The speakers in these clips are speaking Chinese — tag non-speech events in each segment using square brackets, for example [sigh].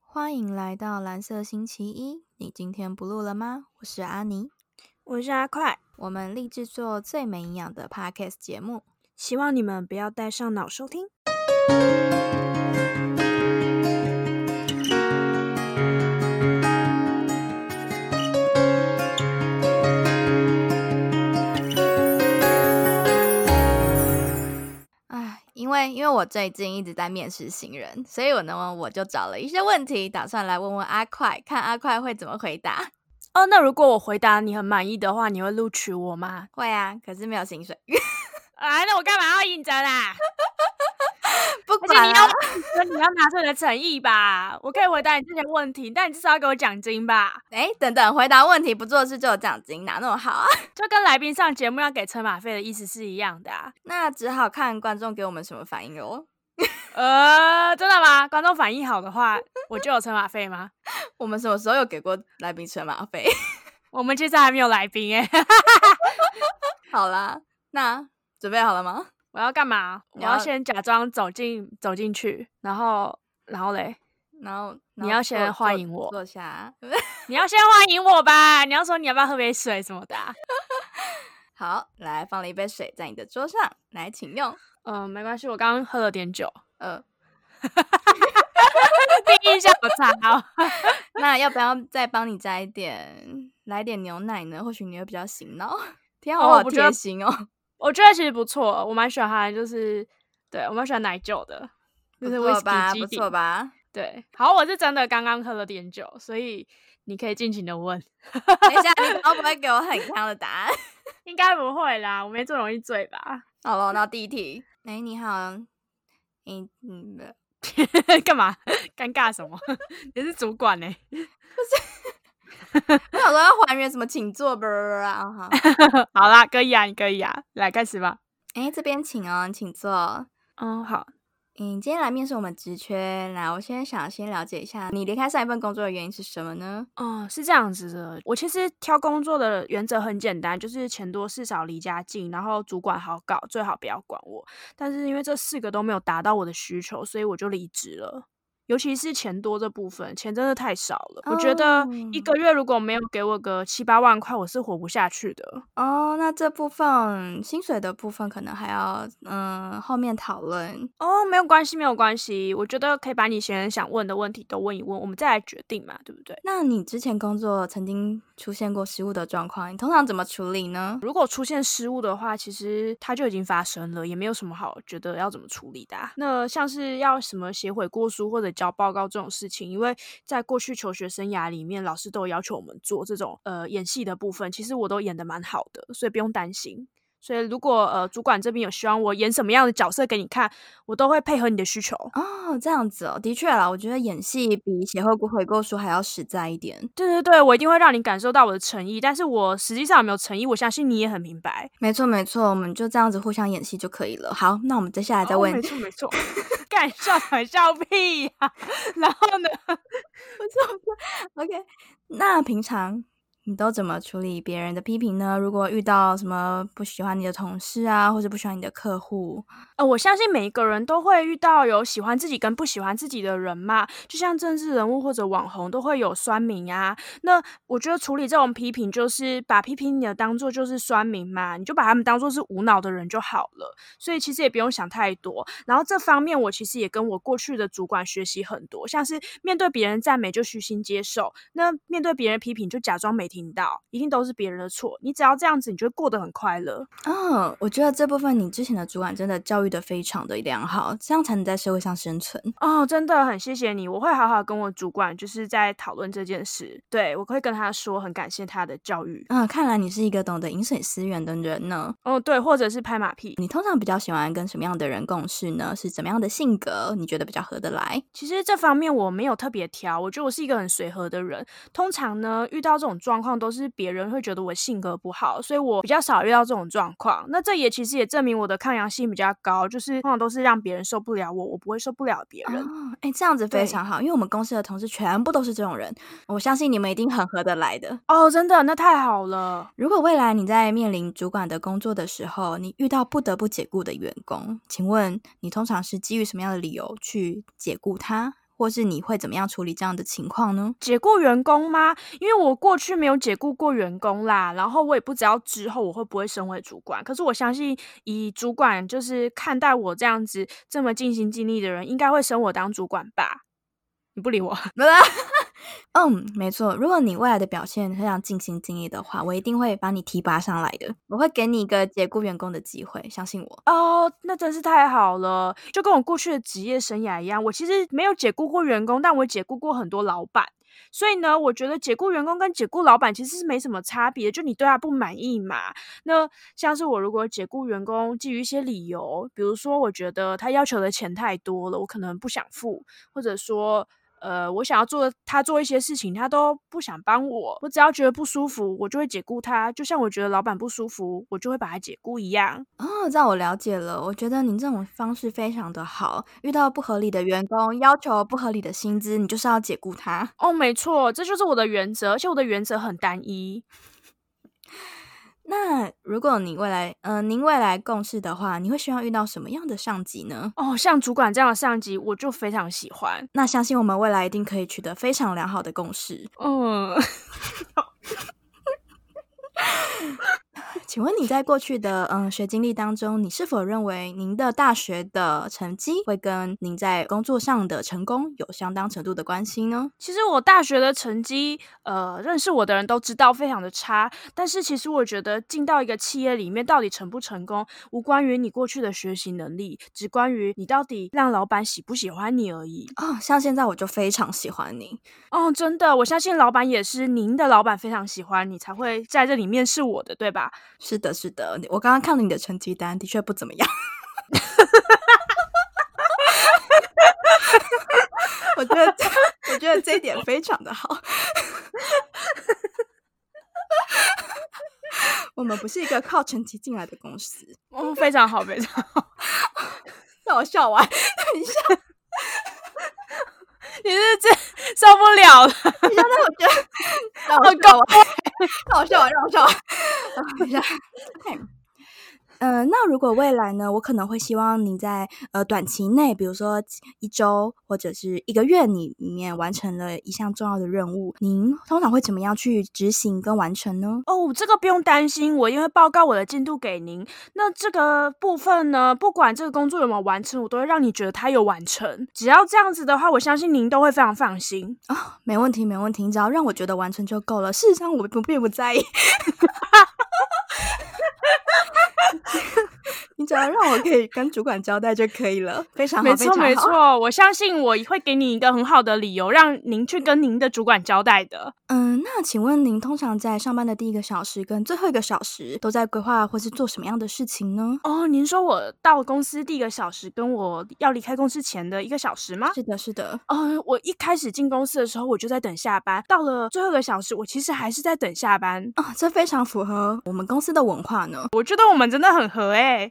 欢迎来到蓝色星期一，你今天不录了吗？我是阿尼，我是阿快，我们立志做最没营养的 podcast 节目。希望你们不要带上脑收听。唉，因为因为我最近一直在面试新人，所以我呢我就找了一些问题，打算来问问阿快，看阿快会怎么回答。哦，那如果我回答你很满意的话，你会录取我吗？会啊，可是没有薪水， [laughs] 啊，那我干嘛要应征啊？不而且管你啊要，那你要拿出你的诚意吧。我可以回答你这些问题，但你至少要给我奖金吧，哎，等等，回答问题不做事就有奖金，哪那么好啊？ [laughs] 就跟来宾上节目要给车马费的意思是一样的啊。那只好看观众给我们什么反应哦。 [laughs] 呃，真的吗？观众反应好的话，我就有车马费吗？我们什么时候有给过来宾车马费？ [laughs] 我们其实还没有来宾哎、好啦，那准备好了吗？ [laughs] 我要干嘛？我你要要先假装走进走进去，然后然后嘞，然后然你后要先坐欢坐迎我坐下 [laughs] 啊。你要先欢迎我吧。你要说你要不要喝杯水什么的啊、好，来放了一杯水在你的桌上，来，请用。嗯，没关系，我刚刚喝了点酒，呃，第一印象不差哦。那要不要再帮你加一点，来点牛奶呢？或许你会比较醒脑。天啊，哦我好我觉得贴心哦！ [laughs] 我觉得其实不错，我蛮喜欢它的，就是对我蛮喜欢奶酒的，不就是威错士吧，忌不基底错。吧？ [laughs] 对，好，我是真的刚刚喝了点酒，所以你可以尽情的问，等一下，你会不会给我很康的答案？应该不会啦，我没这么容易醉吧？好了，那第一题。哎、你好，你嗯， [laughs] 不 [laughs] 干嘛？ [laughs] 尴尬什么？ [laughs] 你是主管呢、欸我想说要还原什么，请坐吧啊哈。 [laughs] [laughs] 好啦，可以啊，你可以啊，来开始吧。哎、这边请哦，你请坐。嗯，好，嗯，今天来面试我们职缺，来，我先想先了解一下，你离开上一份工作的原因是什么呢？哦，是这样子的。我其实挑工作的原则很简单，就是钱多事少，离家近，然后主管好搞，最好不要管我。但是因为这四个都没有达到我的需求，所以我就离职了。尤其是钱多这部分，钱真的太少了。我觉得一哦个月如果没有给我个七八万块，我是活不下去的。哦，那这部分薪水的部分可能还要嗯后面讨论。哦，没有关系，没有关系。我觉得可以把你现在想问的问题都问一问，我们再来决定嘛，对不对？那你之前工作曾经出现过失误的状况，你通常怎么处理呢？如果出现失误的话，其实它就已经发生了，也没有什么好觉得要怎么处理的啊、那像是要什么写悔过书或者交报告这种事情，因为在过去求学生涯里面，老师都有要求我们做这种呃演戏的部分，其实我都演的蛮好的，所以不用担心。所以如果呃主管这边有希望我演什么样的角色给你看，我都会配合你的需求。哦，这样子哦，的确啦，我觉得演戏比写后悔过书还要实在一点。对对对，我一定会让你感受到我的诚意，但是我实际上有没有诚意，我相信你也很明白。没错没错，我们就这样子互相演戏就可以了。好，那我们接下来再哦问，没错没错， [laughs] 干笑团笑屁呀、 [laughs] 然后呢， OK，那平常你都怎么处理别人的批评呢？如果遇到什么不喜欢你的同事啊，或者不喜欢你的客户，呃，我相信每一个人都会遇到有喜欢自己跟不喜欢自己的人嘛，就像政治人物或者网红都会有酸民啊。那我觉得处理这种批评，就是把批评你的当做就是酸民嘛，你就把他们当做是无脑的人就好了。所以其实也不用想太多。然后这方面，我其实也跟我过去的主管学习很多，像是面对别人赞美就虚心接受，那面对别人批评就假装没听到，一定都是别人的错。你只要这样子，你就会过得很快乐。哦，我觉得这部分你之前的主管真的教育的非常的良好，这样才能在社会上生存。哦，真的很谢谢你，我会好好跟我主管就是在讨论这件事。对，我会跟他说，很感谢他的教育。嗯，看来你是一个懂得饮水思源的人呢。哦，对，或者是拍马屁。你通常比较喜欢跟什么样的人共事呢？是怎么样的性格你觉得比较合得来？其实这方面我没有特别挑，我觉得我是一个很随和的人。通常呢，遇到这种状况都是别人会觉得我性格不好，所以我比较少遇到这种状况。那这也其实也证明我的抗压性比较高，就是通常都是让别人受不了我，我不会受不了别人。哦，哎，这样子非对常好，因为我们公司的同事全部都是这种人，我相信你们一定很合得来的。哦，真的，那太好了。如果未来你在面临主管的工作的时候，你遇到不得不解雇的员工，请问你通常是基于什么样的理由去解雇他，或是你会怎么样处理这样的情况呢？ [laughs] 解雇员工吗？因为我过去没有解雇过员工啦，然后我也不知道之后我会不会升为主管。可是我相信，以主管就是看待我这样子这么尽心尽力的人，应该会升我当主管吧？你不理我，嗯，没错。如果你未来的表现非常尽心尽力的话，我一定会把你提拔上来的。我会给你一个解雇员工的机会，相信我。哦，那真是太好了，就跟我过去的职业生涯一样，我其实没有解雇过员工，但我解雇过很多老板。所以呢，我觉得解雇员工跟解雇老板其实是没什么差别，就你对他不满意嘛。那像是我如果解雇员工，基于一些理由，比如说我觉得他要求的钱太多了，我可能不想付，或者说呃，我想要做他做一些事情，他都不想帮我，我只要觉得不舒服，我就会解雇他。就像我觉得老板不舒服，我就会把他解雇一样。哦，这样我了解了。我觉得您这种方式非常的好。遇到不合理的员工，要求不合理的薪资，你就是要解雇他。哦，没错，这就是我的原则，而且我的原则很单一。那如果你未来，嗯、您未来共事的话，你会希望遇到什么样的上级呢？哦，像主管这样的上级，我就非常喜欢。那相信我们未来一定可以取得非常良好的共识。嗯，请问你在过去的嗯学经历当中，你是否认为您的大学的成绩会跟您在工作上的成功有相当程度的关系呢？其实我大学的成绩，呃，认识我的人都知道非常的差。但是其实我觉得进到一个企业里面，到底成不成功，无关于你过去的学习能力，只关于你到底让老板喜不喜欢你而已。哦，像现在我就非常喜欢你，哦，真的，我相信老板也是您的老板非常喜欢你，才会在这里面试我的，对吧？是的，是的，我刚刚看了你的成绩单，的确不怎么样。 [laughs] 我觉得这，我觉得这一点非常的好。 [laughs] 我们不是一个靠成绩进来的公司，哦，非常好，非常好。 [laughs] 让我笑完。你是这受不了了，等一下，那我觉得让我笑完， [laughs] 让我笑完，让我笑完。等一下， [laughs] 嗯、呃，那如果未来呢，我可能会希望你在呃短期内，比如说一周或者是一个月里里面完成了一项重要的任务，您通常会怎么样去执行跟完成呢？哦，这个不用担心，我因为报告我的进度给您。那这个部分呢，不管这个工作有没有完成，我都会让你觉得它有完成。只要这样子的话，我相信您都会非常放心。没问题，没问题，你只要让我觉得完成就够了。事实上，我不并不在意。 [laughs] 你只要让我可以跟主管交代就可以了，非常好，没错，非没常好。错，我相信我会给你一个很好的理由，让您去跟您的主管交代的。嗯，那请问您通常在上班的第一个小时跟最后一个小时都在规划或是做什么样的事情呢？哦，您说我到公司第一个小时，跟我要离开公司前的一个小时吗？是的，是的，呃，我一开始进公司的时候，我就在等下班。到了最后一个小时，我其实还是在等下班。啊、这非常符合我们公司的文化呢。我觉得我们真的很合欸诶、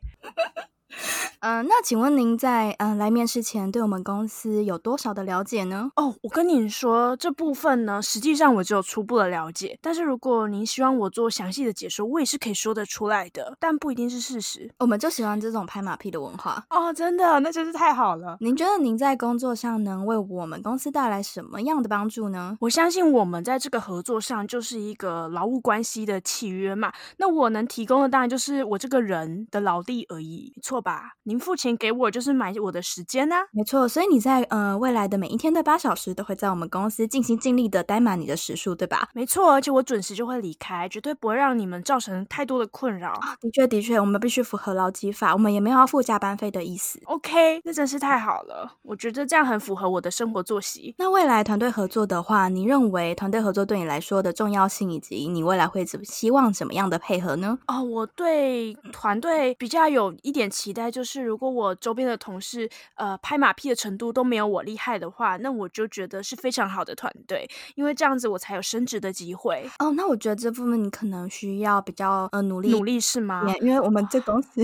嗯、那请问您在嗯、呃来面试前对我们公司有多少的了解呢？哦，我跟你说，这部分呢，实际上我只有初步的了解。但是如果您希望我做详细的解说，我也是可以说得出来的，但不一定是事实。我们就喜欢这种拍马屁的文化。哦，真的，那真是太好了。您觉得您在工作上能为我们公司带来什么样的帮助呢？我相信我们在这个合作上就是一个劳务关系的契约嘛。那我能提供的当然就是我这个人的劳力而已，没错吧？您付钱给我就是买我的时间呐、啊没错，所以你在呃未来的每一天的八小时都会在我们公司尽心尽力的待满你的时数，对吧？没错，而且我准时就会离开，绝对不会让你们造成太多的困扰。哦的确，的确，我们必须符合劳基法，我们也没有要付加班费的意思。 OK，那真是太好了，我觉得这样很符合我的生活作息。那未来团队合作的话，你认为团队合作对你来说的重要性，以及你未来会怎么希望怎么样的配合呢？哦，我对嗯团队比较有一点期待，就是如果我周边的同事呃拍马屁的程度都没有我厉害的话，那我就觉得是非常好的团队，因为这样子我才有升职的机会。哦，那我觉得这部分你可能需要比较呃努力努力是吗一？点，因为我们这公 [laughs] 司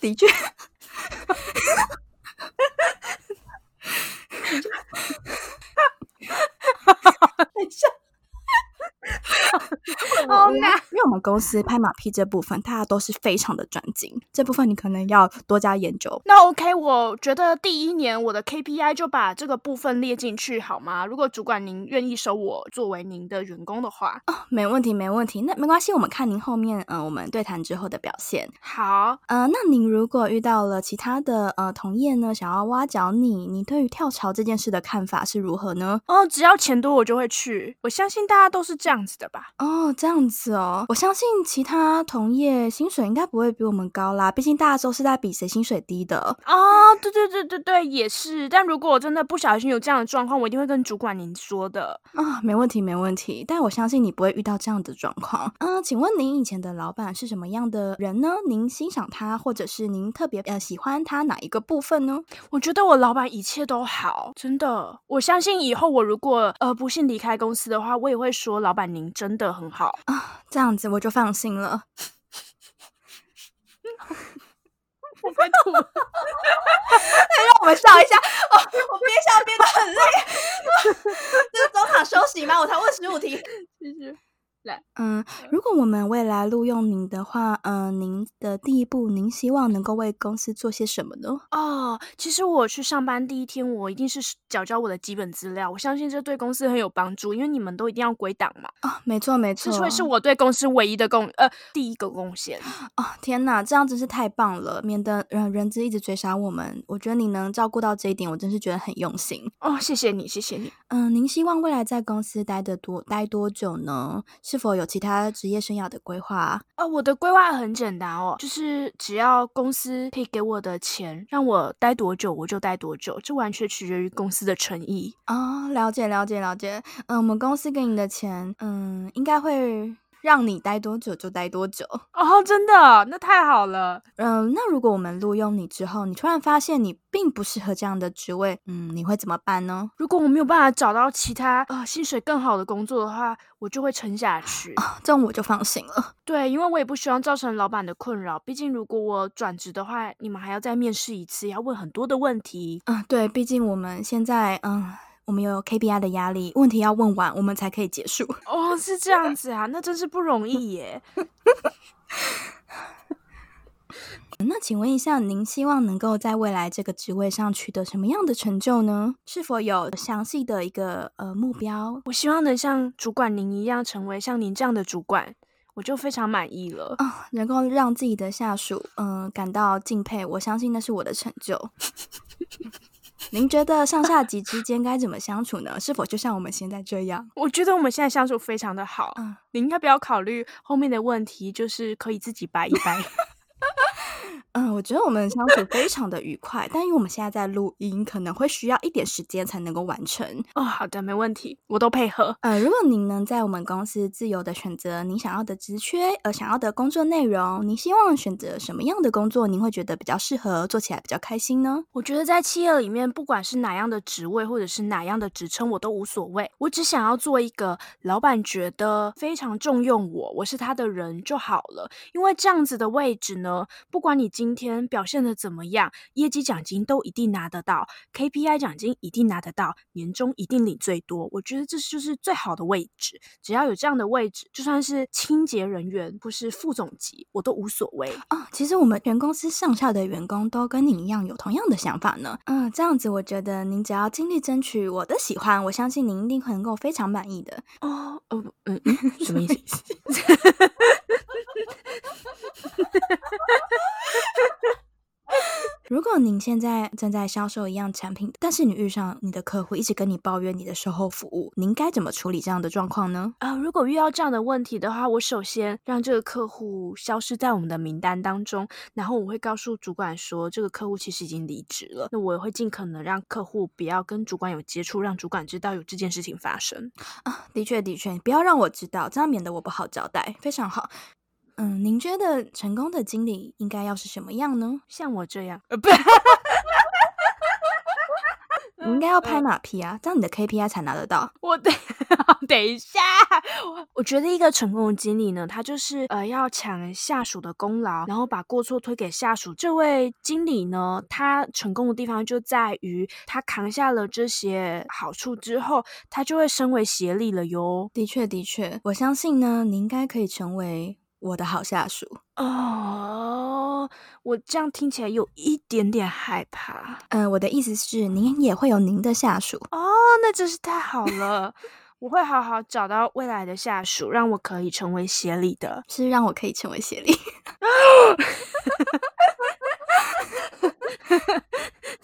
的确。等一下好因为难哦因为我们统公司拍马屁这部分，大家都是非常的专精，这部分你可能要多加研究。那 OK，我觉得第一年我的 KPI 就把这个部分列进去好吗？如果主管您愿意收我作为您的员工的话，哦，没问题，没问题。那没关系，我们看您后面，嗯、呃，我们对谈之后的表现。好，呃，那您如果遇到了其他的呃同业呢，想要挖角你，你对于跳槽这件事的看法是如何呢？哦，只要钱多我就会去，我相信大家都是这样子的吧。哦，这样子哦，我相信其他同业薪水应该不会比我们高啦，毕竟大家都是在比谁薪水低的。哦， [laughs] 对对对对对，也是。但如果我真的不小心有这样的状况，我一定会跟主管您说的。啊、没问题，没问题。但我相信你不会遇到这样的状况。嗯、请问您以前的老板是什么样的人呢？您欣赏他，或者是您特别呃喜欢他哪一个部分呢？我觉得我老板一切都好，真的。我相信以后我如果呃不幸离开公司的话，我也会说老板您真的很好。这样子我就放心了。 [laughs] 我快 [laughs] 吐了，哎让我们笑一下，哦，我憋笑憋得很累。 [laughs] 这是中场休息吗？我才问十五题。 [laughs] 谢谢。嗯，如果我们未来录用您的话，嗯、您的第一步，您希望能够为公司做些什么呢？哦，其实我去上班第一天，我一定是缴交我的基本资料，我相信这对公司很有帮助，因为你们都一定要归档嘛，啊、没错，没这错，会是我对公司唯一的贡呃第一个贡献。哦，天哪，这样真是太棒了，免得呃人资一直追杀我们。我觉得你能照顾到这一点，我真是觉得很用心。哦，谢谢你，谢谢你。嗯，您希望未来在公司待的多待多久呢？是否有其他职业生涯的规划？呃，我的规划很简单哦，就是只要公司可以给我的钱，让我待多久我就待多久，这完全取决于公司的诚意。哦，了解了解了解。嗯，我们公司给你的钱，嗯，应该会让你待多久就待多久。哦，真的，那太好了。嗯，那如果我们录用你之后，你突然发现你并不适合这样的职位，嗯，你会怎么办呢？如果我没有办法找到其他呃薪水更好的工作的话，我就会撑下去。这样我就放心了。对，因为我也不希望造成老板的困扰，毕竟如果我转职的话，你们还要再面试一次，要问很多的问题。嗯，对，毕竟我们现在，嗯，我们有 KPI 的压力，问题要问完，我们才可以结束。哦，是这样子啊，那真是不容易耶。那请问一下，您希望能够在未来这个职位上取得什么样的成就呢？是否有详细的一个呃目标？我希望能像主管您一样，成为像您这样的主管，我就非常满意了。啊，能够让自己的下属嗯、呃感到敬佩，我相信那是我的成就。 [laughs] 您觉得上下级之间该怎么相处呢？是否就像我们现在这样？ [laughs] 我觉得我们现在相处非常的好，嗯你应该不要考虑后面的问题，就是可以自己掰一掰。嗯，我觉得我们相处非常的愉快，但因为我们现在在录音，可能会需要一点时间才能够完成。哦，好的，没问题，我都配合。呃，如果您能在我们公司自由的选择你想要的职缺，呃，想要的工作内容，您希望选择什么样的工作，您会觉得比较适合，做起来比较开心呢？我觉得在企业里面，不管是哪样的职位或者是哪样的职称，我都无所谓。我只想要做一个老板觉得非常重用我，我是他的人就好了。因为这样子的位置呢，不管你今天表现的怎么样，业绩奖金都一定拿得到，KPI 奖金一定拿得到，年终一定领最多。我觉得这就是最好的位置。只要有这样的位置，就算是清洁人员或是副总级，我都无所谓。啊，其实我们全公司上下的员工都跟您一样有同样的想法呢。嗯，这样子我觉得您只要尽力争取我的喜欢，我相信您一定能够非常满意的。哦，呃，嗯，嗯什么意思？如果您现在正在销售一样产品，但是你遇上你的客户一直跟你抱怨你的售后服务，您该怎么处理这样的状况呢？啊、如果遇到这样的问题的话，我首先让这个客户消失在我们的名单当中，然后我会告诉主管说，这个客户其实已经离职了。那我也会尽可能让客户不要跟主管有接触，让主管知道有这件事情发生。啊，的确的确，不要让我知道，这样免得我不好交代。非常好。嗯，您觉得成功的经理应该要是什么样呢？像我这样，呃，不，你应该要拍马屁啊，这样你的 KPI 才拿得到。我等 [laughs] 等一下，我觉得一个成功的经理呢，他就是呃要抢下属的功劳，然后把过错推给下属。这位经理呢，他成功的地方就在于他扛下了这些好处之后，他就会身为协力了哟。的确，的确，我相信呢，你应该可以成为我的好下属。哦，我这样听起来有一点点害怕嗯、我的意思是，您也会有您的下属。哦，那真是太好了。我会好好找到未来的下属，让我可以成为协理的。是让我可以成为协力。 [laughs]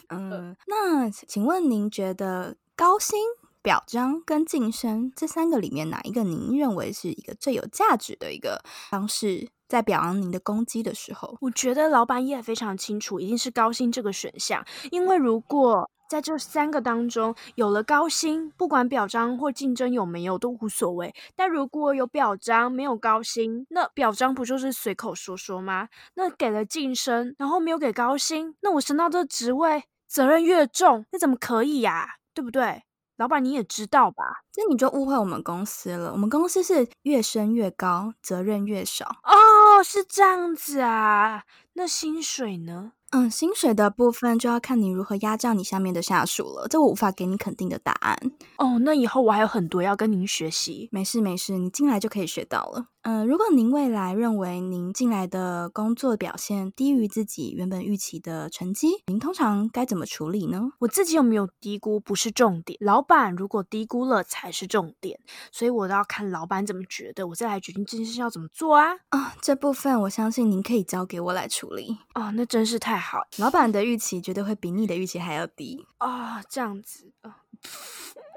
嗯，那请问您觉得高薪、表彰跟晋升这三个里面，哪一个您认为是一个最有价值的一个方式，在表扬您的攻击的时候？我觉得老板也非常清楚，一定是高薪这个选项，因为如果在这三个当中有了高薪，不管表彰或竞争有没有都无所谓；但如果有表彰没有高薪，那表彰不就是随口说说吗？那给了晋升，然后没有给高薪，那我升到这职位责任越重，那怎么可以呀、对不对？老板你也知道吧？这你就误会我们公司了。我们公司是越升越高，责任越少。哦，是这样子啊。那薪水呢？嗯，薪水的部分就要看你如何压榨你下面的下属了，这我无法给你肯定的答案。哦，那以后我还有很多要跟您学习。没事没事，你进来就可以学到了。嗯，如果您未来认为您进来的工作表现低于自己原本预期的成绩，您通常该怎么处理呢？我自己有没有低估不是重点，老板如果低估了才是重点，所以我都要看老板怎么觉得，我再来决定这件事要怎么做啊。啊、这部分我相信您可以交给我来处理。哦，那真是太好老板的预期绝对会比你的预期还要低。哦，这样子哦，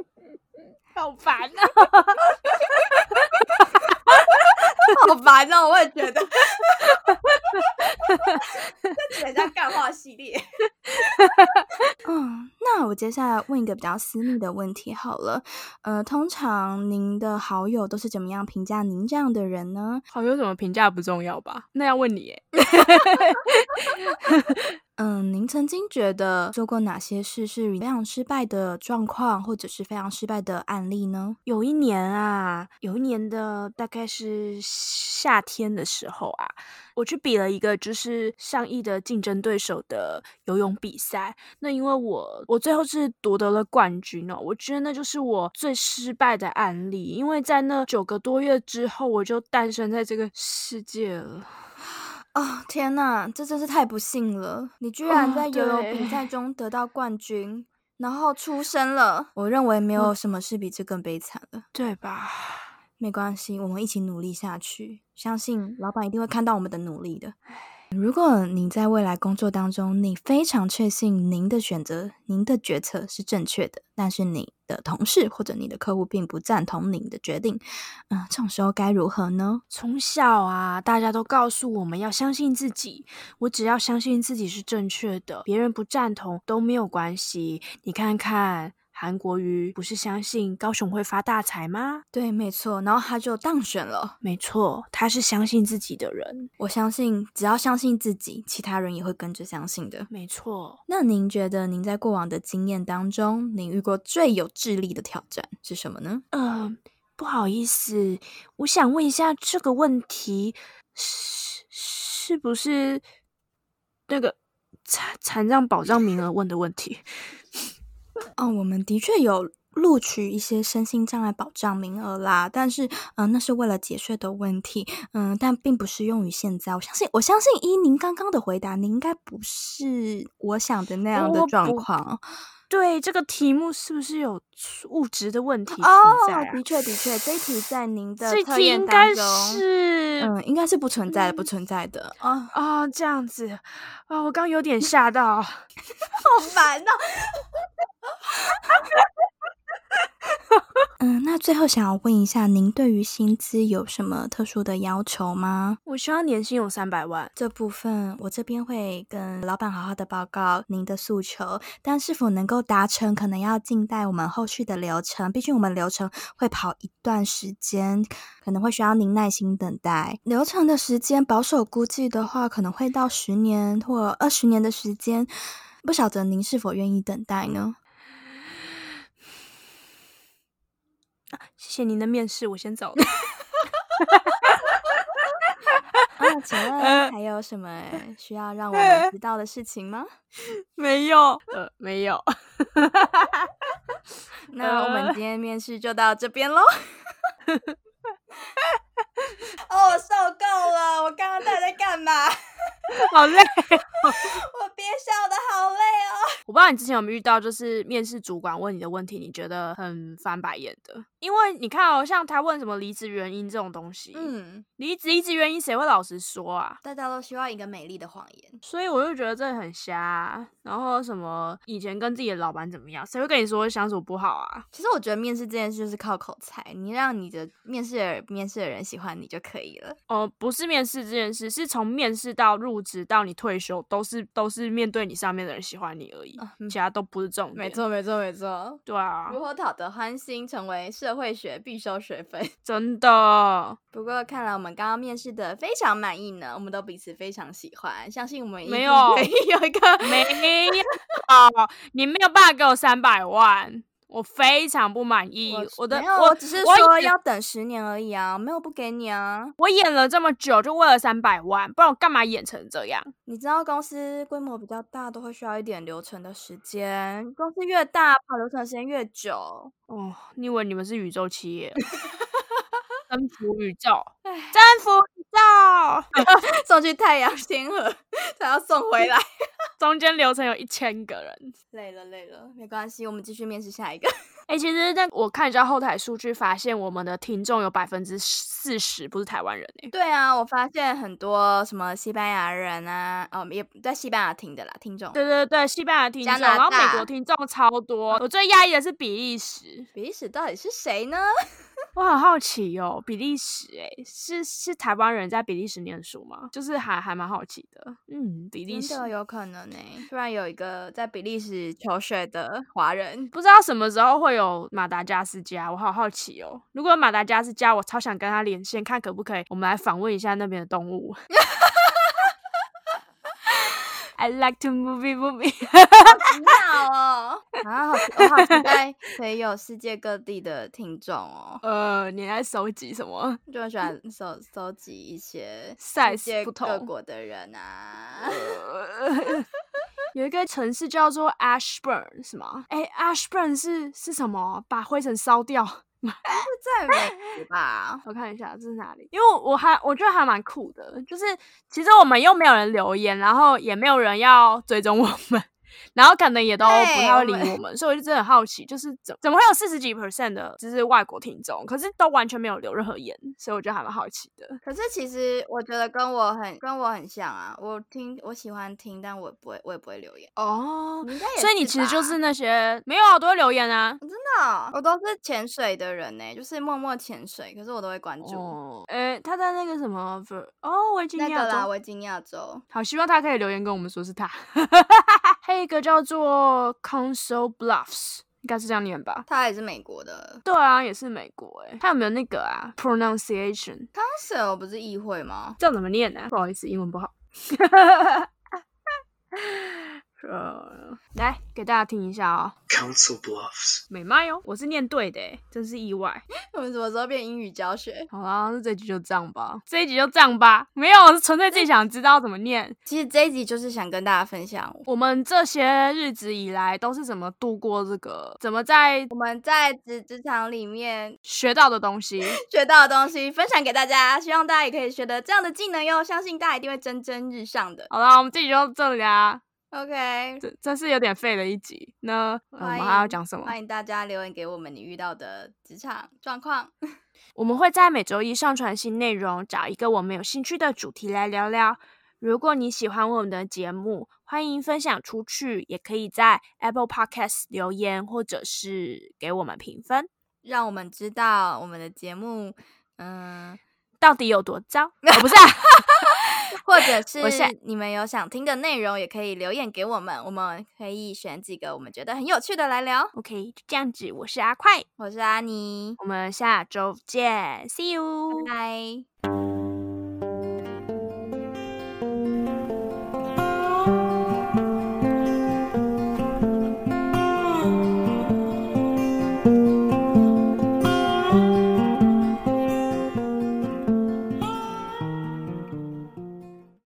[laughs] 好烦啊！ [laughs] 好烦哦，我也觉 [laughs] 得。这很像干话系 [laughs] 列。嗯，那我接下来问一个比较私密的问题好了。呃，通常您的好友都是怎么样评价您这样的人呢？ [laughs] 好，有什么评价不重要吧？那要问你耶。嗯，您曾经觉得做过哪些事是非常失败的状况，或者是非常失败的案例呢？有一年啊，有一年的大概是夏天的时候啊，我去比了一个就是上亿的竞争对手的游泳比赛。那因为我我最后是夺得了冠军哦，我觉得那就是我最失败的案例，因为在那九个多月之后，我就诞生在这个世界了。哦，天哪，这真是太不幸了！你居哦然在游泳比对赛中得到冠军，然后出生了。我认为没有什么事比这更悲惨了。对吧？没关系，我们一起努力下去，相信老板一定会看到我们的努力的。如果你在未来工作当中，你非常确信您的选择、您的决策是正确的，但是你的同事或者你的客户并不赞同您的决定，嗯、这种时候该如何呢？从小啊，大家都告诉我们要相信自己。我只要相信自己是正确的，别人不赞同都没有关系。你看看韩国瑜，不是相信高雄会发大财吗？对，没错，然后他就当选了。没错，他是相信自己的人。我相信，只要相信自己，其他人也会跟着相信的。没错，那您觉得您在过往的经验当中，您遇过最有智力的挑战是什么呢？呃，不好意思，我想问一下这个问题是是不是那个残残障保障名额问的问题？哦，我们的确有录取一些身心障碍保障名额啦，但是，嗯、那是为了解税的问题，嗯、但并不适用于现在。我相信，我相信依您刚刚的回答，您应该不是我想的那样的我状不况对这个题目是不是有物质的问题存在、啊？哦的确，的确，这一题在您的这测题验应当该中是啊、嗯，应该是不存在的，不嗯存在的啊，这样子啊、我刚有点吓到。好烦哦。 [laughs] 嗯，那最后想要问一下，您对于薪资有什么特殊的要求吗？我希望年薪有三百万。这部分我这边会跟老板好好的报告您的诉求，但是否能够达成，可能要静待我们后续的流程。毕竟我们流程会跑一段时间，可能会需要您耐心等待。流程的时间保守估计的话，可能会到十年或二十年的时间，不晓得您是否愿意等待呢？谢谢您的面试，我先走了。啊，请呃问还有什么需要让我们知道的事 [laughs] 情吗？没有，呃，没有。呃那我们今天面试就到这边喽。 [laughs] 哦，我受够了，我刚刚到底在干嘛？ [laughs] [laughs] 好累。我憋笑的好累哦。我不知道你之前有没有遇到，就是面试主管问你的问题，你觉得很翻白眼的，因为你看哦，像他问什么离职原因这种东西，嗯，嗯，离职离职原因谁会老实说啊？大家都希望一个美丽的谎言。所以我就觉得这很瞎啊、然后什么以前跟自己的老板怎么样，谁会跟你说相处不好啊？其实我觉得面试这件事就是靠口才，你让你的面试的面试的人喜欢你就可以了。哦，不是面试这件事，是从面试到入职到你退休，都是都是面对你上面的人喜欢你而已，啊其他都不是重点。，，没错，没错。对啊，如何讨得欢心，成为社会学必修学分。真的不过看来我们刚刚面试的非常满意呢，我们都彼此非常喜欢，相信我们一没定有可以有一个没有，你没有办法给我三百万，我非常不满意。 [laughs] 我的没有我只是我说演要等十年而已啊，没有不给你啊。我演了这么久，就为了三百万，不然我干嘛演成这样？你知道公司规模比较大，都会需要一点流程的时间。公司越大，跑流程的时间越久。 [laughs] 哦，你以为你们是宇宙企 [laughs] 业哦？征服宇宙，征服宇宙， [laughs] 送去太阳星河，才要送回来。 [laughs] 中间流程有一千个人。累了累了，没关系，我们继续面试下一个。 [laughs] 哎、其实那我看一下后台数据，发现我们的听众有百分之四十不是台湾人哎、对啊，我发现很多什么西班牙人啊，哦，也在西班牙听的啦，听众。，对对对，西班牙听加众，然后拿美大国听众超多。我最压抑的是比利时，比利时到底是谁呢？我好好奇哦，比利时哎、是是台湾人在比利时念书吗？就是还还蛮好奇的。嗯，比利真时的有可能呢、突然有一个在比利时求学的华人，不知道什么时候会有马达加斯加，我好好奇哦。如果有马达加斯加，我超想跟他连线，看可不可以，我们来访问一下那边的动物。I like to movie movie， [laughs] 闹哦！ [laughs] 啊，好，我好期待可以有世界各地的听众哦。呃，你在收集什么就很喜欢 [laughs] 搜搜集一些世界？size 不各同。国的人啊， [laughs] 呃 [laughs] 有一个城市叫做 Ashburn 是吗？哎，Ashburn 是是什么？把灰尘烧掉。在美 [laughs] 国吧？我看一下这是哪里，因为我还我觉得还蛮酷的，就是其实我们又没有人留言，然后也没有人要追踪我们，然后可能也都对不太会理我我们们，所以我就真的很好奇，就是怎怎么会有四十几 percent 的就是外国听众，可是都完全没有留任何言，所以我觉得还蛮好奇的。可是其实我觉得跟我很跟我很像啊，我听我喜欢听，但我不会我也不会留言。哦，你应该也所以你其实就吧是那些没有啊，我都会留言啊。真的哦、我都是潜水的人呢、就是默默潜水，可是我都会关注、哦，呃，他在那个什么，哦，维吉那尼个亚啦，州，维吉尼亚州。好，希望他可以留言跟我们说是他。 [laughs] 还有一个叫做 Council Bluffs，应该是这样念吧？它也是美国的对啊，也是美国诶、欸。他有没有那个啊？Pronunciation， ，Council 不是议会吗？ [laughs] 这样怎么念呢、不好意思，英文不好。 [laughs] 呃，来给大家听一下哦， Council Bluffs. 美麦哦，我是念对的、欸，真是意外。我们什么时候变英语教学？好啦，那这一集就这样吧，这一集就这样吧。没有，我是纯粹自己想知道怎么念。其实这一集就是想跟大家分享我们这些日子以来都是怎么度过这个，怎么在我们在职职场里面 [laughs] 学到的东西。学到的东西分享给大家，希望大家也可以学得这样的技能哟，相信大家一定会蒸蒸日上的。好啦，我们这集就到这里啦， OK，这真是有点废的一集。那呃我欢们迎还要讲什么？欢迎大家留言给我们你遇到的职场状况。我们会在每周一上传新内容，找一个我们有兴趣的主题来聊聊。如果你喜欢我们的节目，欢迎分享出去，也可以在 Apple Podcast 留言，或者是给我们评分，让我们知道我们的节目，嗯、到底有多糟？哦、不是、啊，或者我现是你们有想听的内容，也可以留言给我们，我们可以选几个我们觉得很有趣的来聊。 OK，就这样子。我是阿快，我是阿妮，我们下周见，See you。拜。